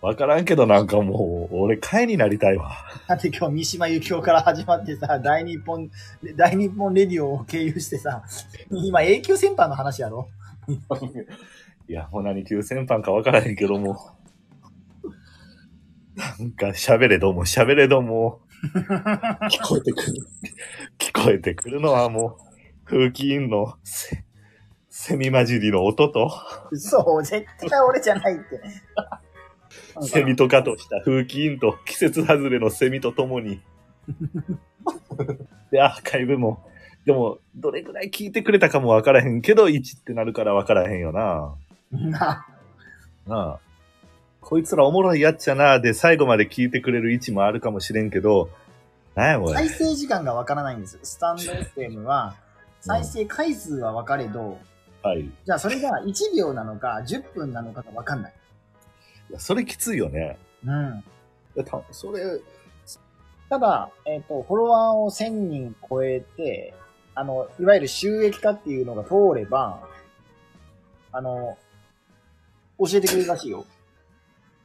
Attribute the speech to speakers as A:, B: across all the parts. A: わからんけどなんかもう、俺、会になりたいわ。
B: だって今日三島由紀夫から始まってさ、 大日本、大日本レディオを経由してさ、今永久戦犯の話やろ
A: いや、ほなに急先般かわからへんけども。なんか、喋れども、喋れども、聞こえてくる。聞こえてくるのはもう、風紀委員のセ、セミ混じりの音と、
B: そう、絶対俺じゃないって。
A: セミとかとした風紀委員と季節外れのセミととも に。で、アーカイブも、でも、どれぐらい聞いてくれたかもわからへんけど、1ってなるからわからへんよな。
B: な、
A: なあ。こいつらおもろいやっちゃな、で最後まで聞いてくれる位置もあるかもしれんけど、なんやこれ。
B: 再生時間がわからないんです。スタンド FM は、再生回数は分かれど、
A: はい。い
B: じゃあそれが1秒なのか10分なのかが分かんない。
A: や、それきついよね。
B: うん。
A: いやたそれ、
B: ただ、えっ、と、フォロワーを1000人超えて、あの、いわゆる収益化っていうのが通れば、あの、教えてくれるらしいよ。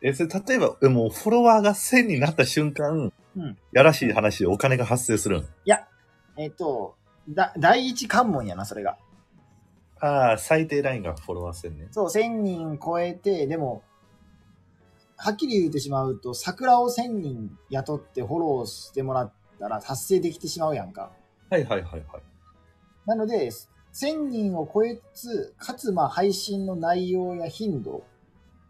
A: え、それ例えば、えもうフォロワーが1000になった瞬間、
B: うん
A: やらしい話でお金が発生するん。
B: えっ、と、だ、第一関門やな、それが。
A: ああ、最低ラインがフォロワー1000ね。
B: そう、1000人超えて、でも、はっきり言ってしまうと、桜を1000人雇ってフォローしてもらったら達成できてしまうやんか。
A: はいはいはいはい。
B: なので、1000人を超えつつ、かつまあ配信の内容や頻度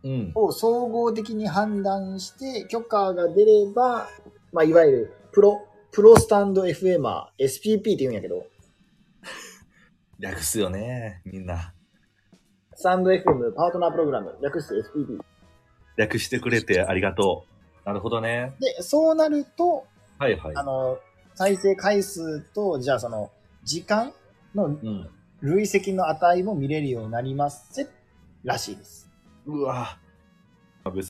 A: うん。
B: を総合的に判断して、許可が出れば、まあいわゆるプロ、プロスタンド FMR、SPP って言うんやけど、
A: 略すよね、みんな。
B: スタンド FM パートナープログラム、略して SPP。
A: 略してくれてありがとう。なるほどね。
B: で、そうなると、
A: はいはい
B: あ。の、再生回数と、じゃあその、時間の
A: うん。
B: 累積の値も見れるようになりますらしいです。
A: うわ